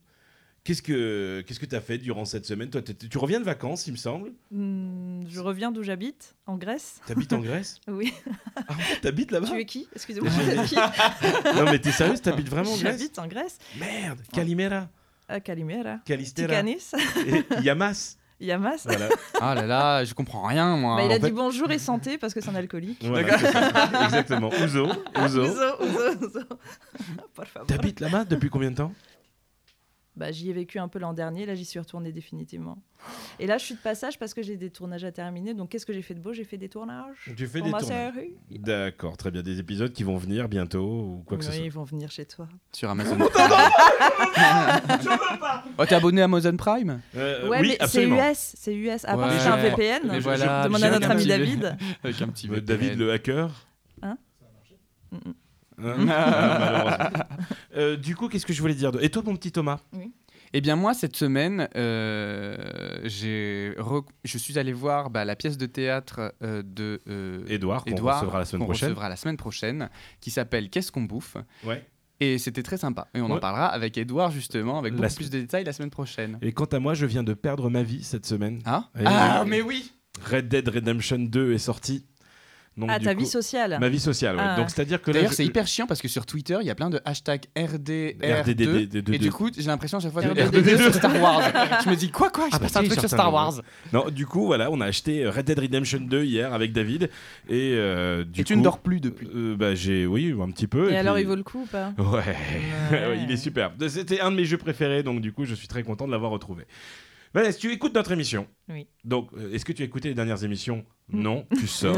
C: Qu'est-ce que qu'est-ce que tu as fait durant cette semaine Toi, t'étais- tu reviens de vacances, il me semble.
A: Hmm, je reviens d'où j'habite, en Grèce.
C: T'habites en Grèce
A: Oui.
C: Ah, en fait, t'habites là-bas
A: Tu es qui Excusez-moi, vous êtes qui
C: Non, mais t'es sérieuse T'habites vraiment en Grèce
A: J'habite en Grèce.
C: Merde Calimera,
A: À Calimera.
C: Calistera,
A: Tikanis,
C: et Yamas.
A: Yamas.
C: Voilà.
D: Ah là là, je comprends rien, moi.
A: Bah, il a
C: en fait-
A: dit bonjour et santé parce que c'est un alcoolique.
C: Voilà, c'est ça. Exactement. Ouzo.
A: Ouzo,
C: Ouzo.
A: ouzo, ouzo. Por favor.
C: T'habites là-bas depuis combien de temps
A: Bah, j'y ai vécu un peu l'an dernier, là j'y suis retournée définitivement. Et là je suis de passage parce que j'ai des tournages à terminer, donc qu'est-ce que j'ai fait de beau J'ai fait des tournages.
C: Tu fais
A: pour ma sœur, oui.
C: D'accord, très bien. Des épisodes qui vont venir bientôt ou quoi que
A: Oui,
C: ce soit.
A: ils vont venir chez toi.
D: Sur Amazon Prime. Oh, t'es abonné à Amazon Prime
C: Euh,
A: ouais,
C: oui,
A: mais c'est
C: absolument.
A: US, c'est US. À part
D: Ouais.
A: si c'est un
D: Mais
A: VPN,
D: mais
A: je
D: voilà,
A: demande
D: j'ai
A: à notre ami
D: regardé.
A: David.
D: Avec un petit
C: Euh, David le hacker.
A: Hein
C: Hein
D: Mm.
C: Ah, malheureusement. Euh, du coup, qu'est-ce que je voulais dire de- Et toi, mon petit Thomas
D: Eh bien moi, cette semaine, euh, j'ai re- je suis allé voir bah, la pièce de théâtre euh, de euh,
C: Edouard, qu'on
D: Édouard,
C: recevra la semaine
D: qu'on
C: prochaine.
D: recevra la semaine prochaine, qui s'appelle Qu'est-ce qu'on bouffe
C: Ouais.
D: Et c'était très sympa. Et on en
C: Ouais.
D: parlera avec Edouard justement, avec
C: La
D: beaucoup
C: se-
D: plus de détails la semaine prochaine.
C: Et quant à moi, je viens de perdre ma vie cette semaine.
D: Ah,
C: Et-
D: ah mais oui
C: Red Dead Redemption 2 est sorti. Donc,
A: Ah,
C: du
A: ta
C: coup-
A: vie sociale.
C: Ma vie sociale, ouais.
A: Ah.
C: Donc, c'est-à-dire que là.
D: D'ailleurs,
C: je-
D: c'est hyper chiant parce que sur Twitter, il y a plein de hashtags RDR2.
C: RDDD.
D: Et du coup, j'ai l'impression à chaque fois de
A: RDD2
D: RDD2 sur Star Wars. Je me dis quoi quoi, je
C: Ah, bah,
D: passe un
C: si,
D: truc sur
C: certains
D: Star
C: moments.
D: Wars.
C: Non, du coup, voilà, on a acheté euh, Red Dead Redemption 2 hier avec David. Et, euh, du
D: Et tu
C: coup,
D: ne dors plus depuis.
C: euh, bah, j'ai, oui, un petit peu.
A: Et alors,
C: puis-
A: il vaut le coup ou pas
C: Ouais,
A: Ouais.
C: il est superbe. C'était un de mes jeux préférés, donc du coup, je suis très content de l'avoir retrouvé. Vanessa, tu écoutes notre émission.
A: Oui.
C: Donc, euh, est-ce que tu as écouté les dernières émissions
A: Mm.
C: Non, tu sors.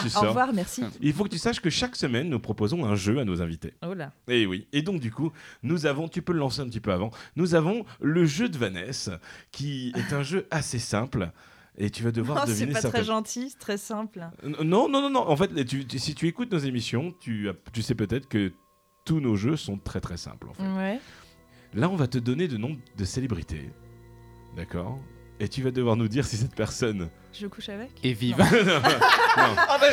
C: tu
A: Au
C: sors.
A: revoir, merci.
C: Il faut que tu saches que chaque semaine, nous proposons un jeu à nos invités.
A: Oh là.
C: Et oui. Et donc, du coup, nous avons, tu peux le lancer un petit peu avant, nous avons le jeu de Vanessa, qui est un jeu assez simple. Et tu vas devoir
A: Oh, c'est
C: deviner
A: pas
C: certaines-
A: très gentil, c'est très simple.
C: N- Non, non, non, non. En fait, tu- tu- si tu écoutes nos émissions, tu, as- tu sais peut-être que tous nos jeux sont très très simples. En fait.
A: Ouais.
C: Là, on va te donner de noms de célébrités. D'accord Et tu vas devoir nous dire si cette personne.
A: Je couche avec
D: Et vive.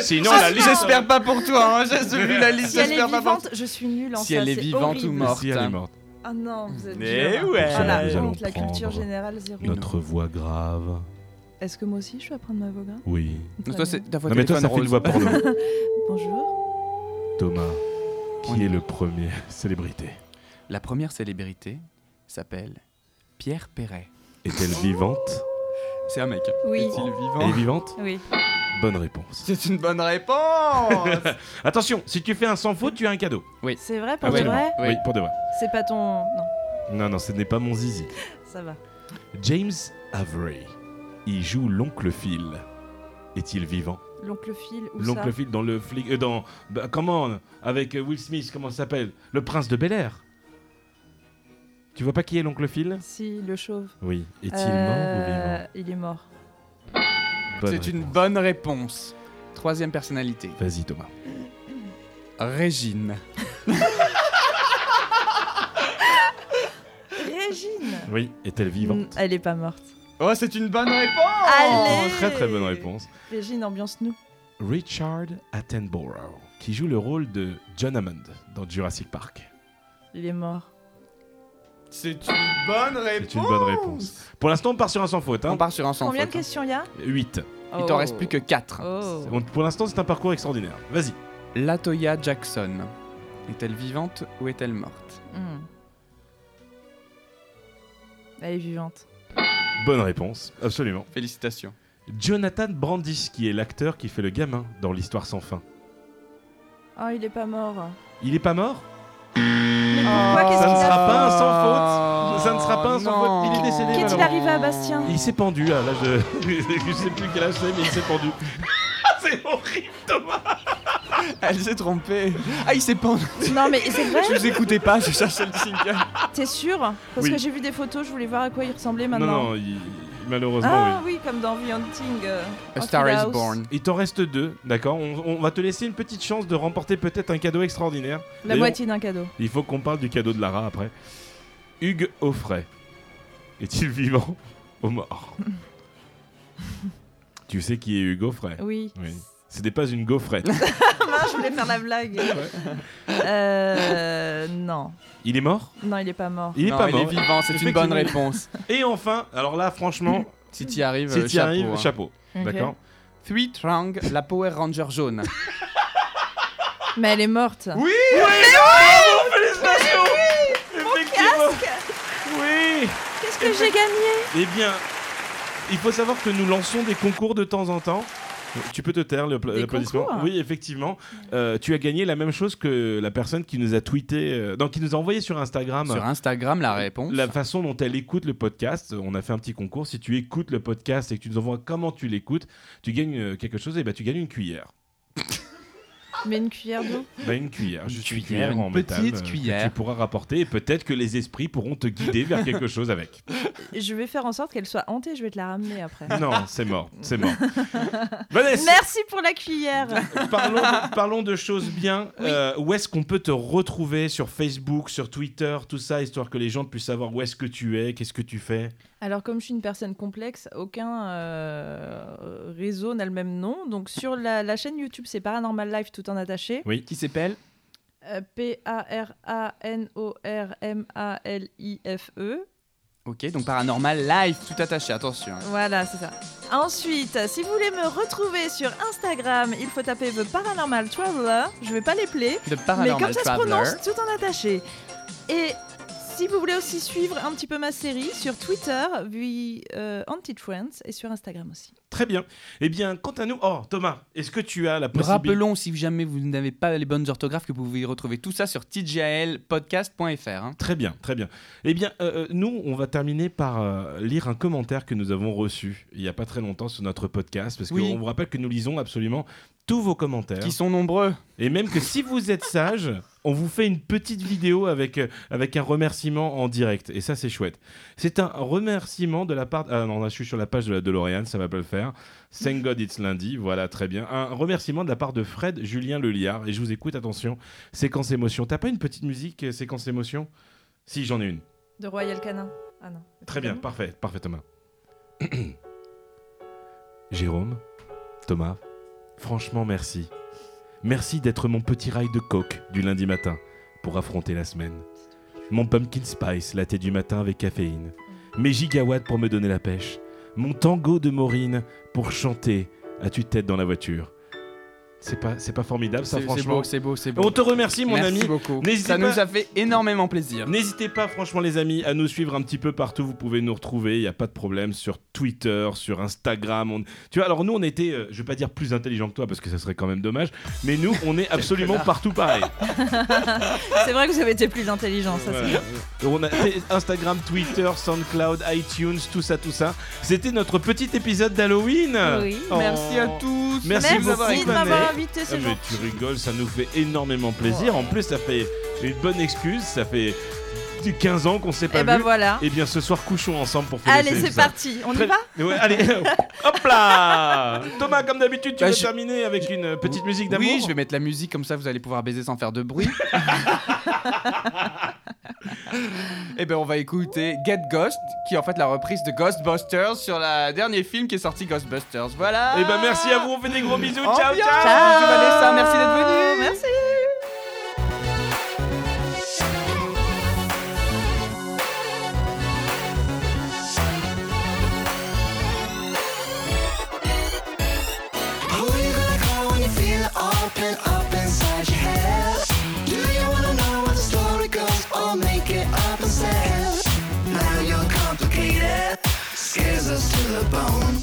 C: Sinon,
D: Ah, bah, J'espère- J'espère pas pour toi, hein. j'ai celui la liste,
A: Si elle est
D: j'espère pas pour toi.
A: vivante, je suis nulle en
D: Si
A: ça,
D: elle est
A: c'est
D: vivante
A: horrible.
D: ou morte.
C: Si elle est morte.
A: Ah non, vous êtes
D: Mais
A: dur.
D: ouais.
A: Ah, la
C: Nous allons
A: honte, la culture
C: prendre
A: générale, zéro.
D: Non.
C: Notre voix grave.
A: Est-ce que moi aussi je suis à prendre ma voix grave
C: Oui.
D: Non,
A: Très
D: toi,
A: bien.
D: c'est ta voix
C: Non, mais toi,
D: téléphone
C: ça fait une
D: rose.
C: voix porno.
A: Bonjour.
C: Thomas,
D: On
C: qui
D: y
C: est
D: va.
C: le premier célébrité
D: La première célébrité s'appelle Pierre Perret.
C: Est-elle vivante
D: C'est un mec.
A: Oui.
D: Est-il
C: Elle est
D: vivant
C: vivante
A: Oui.
C: Bonne réponse.
D: C'est une bonne réponse
C: Attention, si tu fais un sans faute, tu as un cadeau.
A: C'est vrai pour
D: Ah
A: de
D: ouais.
A: vrai
D: Oui.
C: Oui, pour de vrai.
A: C'est pas ton. Non,
C: Non, non, ce n'est pas mon zizi.
A: ça va.
C: James Avery. Il joue l'oncle Phil. Est-il vivant
A: L'oncle Phil ou ça
C: L'oncle Phil dans le flic. euh, dans. bah, comment euh, Avec euh, Will Smith, comment ça s'appelle Le prince de Bel Air. Tu vois pas qui est l'oncle Phil
A: Si, le chauve.
C: Oui. Est-il mort ou
A: Euh,
C: vivant
A: Il est mort.
C: Bonne
D: C'est une
C: réponse.
D: bonne réponse. Troisième personnalité,
C: Vas-y Thomas.
D: Régine.
A: Régine
C: Oui. Est-elle
A: Mm,
C: vivante
A: Elle est pas morte.
D: Oh, c'est une bonne réponse
A: Allez
C: Très très bonne réponse.
A: Régine, ambiance-nous.
C: Richard Attenborough, qui joue le rôle de John Hammond dans Jurassic Park.
A: Il est mort.
D: C'est une bonne réponse
C: C'est une bonne réponse. Pour l'instant, on part sur un sans faute.
D: On
C: Hein.
D: part sur un sans
A: Combien de
D: faute, hein.
A: questions il y a
C: 8.
D: Il t'en reste plus que 4.
A: Oh.
C: Pour l'instant, c'est un parcours extraordinaire. Vas-y.
D: Latoya Jackson. Est-elle vivante ou est-elle morte
A: Hmm. Elle est vivante.
C: Bonne réponse, absolument.
D: Félicitations.
C: Jonathan Brandis, qui est l'acteur qui fait le gamin dans L'Histoire sans fin.
A: Oh, il est pas mort.
C: Il est pas mort
D: Mm.
A: Mais pourquoi
D: Ah.
C: Ça ne
A: Qu'est-ce qu'il
C: sera
A: a
C: pas un sans
D: Oh,
C: faute. Ça ne sera pas un sans faute. Il est décédé,
A: Qu'est-il malheureusement. arrivé à Bastien
C: Il s'est pendu à l'âge de. Je sais plus quel âge c'est, mais il s'est pendu. c'est horrible, Thomas
D: Elle s'est trompée. Ah, il s'est pendu.
A: Non, mais c'est vrai
D: Je vous écoutais pas, je cherchais le single.
A: T'es sûr Parce
C: Oui.
A: que j'ai vu des photos, je voulais voir à quoi il ressemblait
C: Non,
A: maintenant.
C: non, il- malheureusement, oui.
A: ah oui. comme dans The Hunting. euh,
D: A
A: Haunted
D: Star is
A: House.
D: Born.
C: Il t'en reste deux, d'accord on, on va te laisser une petite chance de remporter peut-être un cadeau extraordinaire.
A: La
C: D'ailleurs,
A: moitié d'un cadeau.
C: Il faut qu'on parle du cadeau de Lara après. Hugues Offray. Est-il vivant ou mort Tu sais qui est Hugues Offray
A: Oui.
C: Oui. Ce n'est pas une gaufrette.
A: Ah, je voulais faire la blague. euh. Non.
C: Il est mort
A: Non, il est pas mort.
C: Il est
D: non,
C: pas
D: il
C: mort.
D: est vivant, c'est une
C: Effectivement.
D: bonne réponse.
C: Et enfin, alors là, franchement,
D: Si t'y arrives,
C: si
D: euh,
C: tu
D: chapeau,
C: arrives,
D: hein.
C: chapeau.
A: Ok.
C: D'accord
D: Thuy Trang, la Power Ranger jaune.
A: Mais elle est morte.
C: Oui Oui Bravo, Félicitations Effectivement Oui
A: Qu'est-ce que j'ai gagné
C: Eh bien, il faut savoir que nous lançons des concours de temps en temps. Tu peux te taire, le pl-
A: Des
C: l'applaudissement.
A: concours
C: Oui, effectivement. Euh, tu as gagné la même chose que la personne qui nous a tweeté, euh, non, qui nous a envoyé sur Instagram.
D: Sur Instagram, la réponse.
C: Ah, bah. La façon dont elle écoute le podcast, on a fait un petit concours. Si tu écoutes le podcast et que tu nous envoies comment tu l'écoutes, tu gagnes euh, quelque chose et ben tu gagnes une cuillère.
A: Mais une cuillère d'eau.
C: Bah, une cuillère,
D: Une
C: juste une
D: cuillère,
C: cuillère
D: une
C: en métal,
D: petite
C: euh, que
D: cuillère.
C: tu pourras rapporter et peut-être que les esprits pourront te guider vers quelque chose avec.
A: Je vais faire en sorte qu'elle soit hantée, je vais te la ramener après.
C: Non, c'est mort, c'est mort. Vanessa,
A: Merci pour la cuillère.
C: parlons, de, parlons de choses bien. Euh, où est-ce qu'on peut te retrouver sur Facebook, sur Twitter, tout ça, histoire que les gens puissent savoir où est-ce que tu es, qu'est-ce que tu fais
A: Alors, comme je suis une personne complexe, aucun euh, réseau n'a le même nom. Donc, sur la, la chaîne YouTube, c'est Paranormal Life tout en attaché.
D: Qui s'appelle
A: Euh, P-A-R-A-N-O-R-M-A-L-I-F-E.
D: Ok, donc Paranormal Life, tout attaché, attention.
A: Voilà, c'est ça. Ensuite, si vous voulez me retrouver sur Instagram, il faut taper The Paranormal Traveler. Je vais pas les plaies,
D: De
A: mais
D: Paranormal
A: comme ça
D: Traveler.
A: se prononce, tout en attaché. Et si vous voulez aussi suivre un petit peu ma série, sur Twitter, The euh, Anti-Trends, et sur Instagram aussi.
C: Très bien. Eh bien, quant à nous, oh Thomas, est-ce que tu as la possibilité
D: Rappelons, si jamais vous n'avez pas les bonnes orthographes, que vous pouvez retrouver tout ça sur tjalpodcast.fr. hein.
C: Très bien, très bien. Eh bien, euh, euh, nous, on va terminer par euh, lire un commentaire que nous avons reçu il n'y a pas très longtemps sur notre podcast, parce
D: Oui.
C: qu'on vous rappelle que nous lisons absolument tous vos commentaires.
D: Qui sont nombreux.
C: Et même que si vous êtes sage, on vous fait une petite vidéo avec, euh, avec un remerciement en direct. Et ça, c'est chouette. C'est un remerciement de la part. Ah non, là, je suis sur la page de la DeLorean, ça va pas le faire. Thank God it's lundi, voilà, très bien. Un remerciement de la part de Fred Julien Leliard. Et je vous écoute, attention, séquence émotion. T'as pas une petite musique, euh, séquence émotion Si, j'en ai une.
A: De Royal Canin. Ah non.
C: Très bien, parfait, parfait Thomas. Jérôme, Thomas, franchement merci. Merci d'être mon petit rail de coke du lundi matin pour affronter la semaine. Mon pumpkin spice latte du matin avec caféine. Mes gigawatts pour me donner la pêche. Mon tango de Maureen pour chanter à tue-tête dans la voiture. C'est pas, c'est pas formidable ça
D: C'est c'est
C: franchement.
D: beau, c'est beau, c'est beau.
C: On te remercie mon
D: Merci
C: ami.
D: beaucoup.
C: N'hésitez
D: Ça
C: pas-
D: nous a fait énormément plaisir.
C: N'hésitez pas, franchement, les amis, à nous suivre un petit peu partout. Vous pouvez nous retrouver, il n'y a pas de problème, sur Twitter, sur Instagram. on- Tu vois, alors nous, on était, euh, je vais pas dire plus intelligent que toi, parce que ça serait quand même dommage, mais nous, on est absolument partout pareil.
A: C'est vrai que vous avez été plus intelligent, ça
C: Voilà. On a t- Instagram, Twitter, SoundCloud, iTunes, tout ça, tout ça. C'était notre petit épisode d'Halloween.
A: c'est. Oui.
C: Oh.
D: Merci à tous.
C: Merci
A: Merci,
D: de nous avoir
A: de m'avoir
D: écoutés.
A: invité,
C: Ah,
A: c'est
C: mais
A: gentil.
C: tu rigoles, ça nous fait énormément plaisir. En plus, ça fait une bonne excuse, ça fait depuis 15 ans qu'on s'est pas
A: Et ben
C: vu.
A: voilà.
C: Eh bien, ce soir, couchons ensemble pour faire
A: Allez, c'est parti. On y va
C: allez, hop là Thomas, comme d'habitude, tu
D: Bah,
C: vas
D: je-
C: terminer avec une petite musique d'amour.
D: Oui, je vais mettre la musique comme ça, vous allez pouvoir baiser sans faire de bruit. Et ben on va écouter Get Ghost, qui est en fait la reprise de Ghostbusters sur la dernier film qui est sorti Ghostbusters. Voilà.
C: Eh ben, merci à vous, on fait des gros bisous.
D: Ambiance.
C: Ciao, ciao
D: Bisous, Vanessa, merci d'être venue.
A: Merci.
E: Who you gonna call when you feel it open up inside your head? Do you wanna know what the story goes or make it up instead? Now you're complicated, scares us to the bone.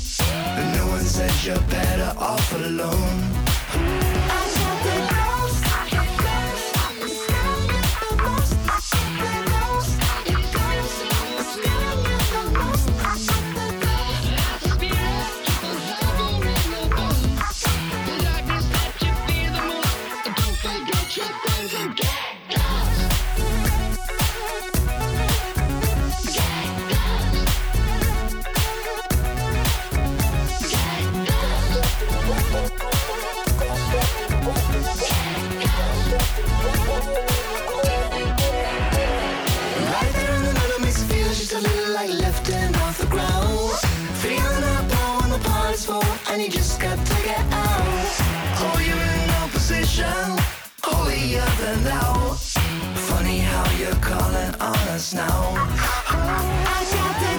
E: And no one says you're better off alone. Right there in the middle makes you feel just a little like lifting off the ground. Feeling that power when the party's full and you just got to get out. Oh, you're in no position, holy other now. Funny how you're calling on us now. I got the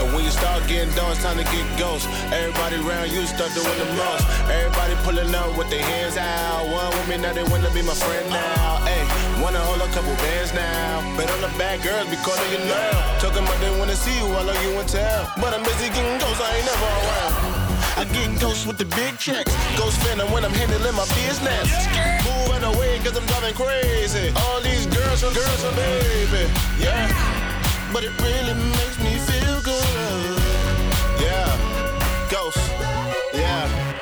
F: And when you start getting done, it's time to get ghost. Everybody around you start doing the most. Everybody pulling up with their hands out. One with me, now they wanna be my friend now. Hey, wanna hold a couple bands now. But on the bad girls be calling you now. Talking about they wanna see you, I love you and tell. But I'm busy getting ghosts, I ain't never around. I get ghosts with the big checks. Ghost phantom when I'm handling my business. Move out the way, cause I'm driving crazy. All these girls from girls from baby. Yeah but it really makes me feel good. Yeah, ghost. Yeah.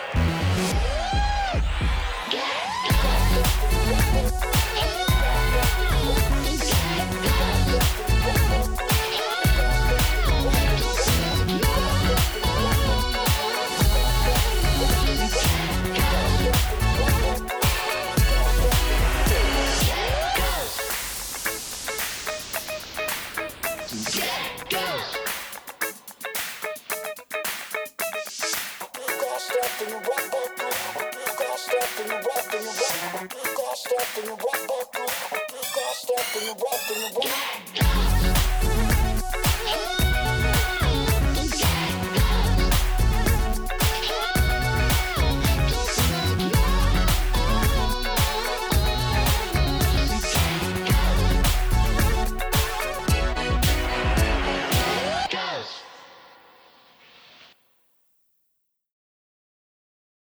E: Get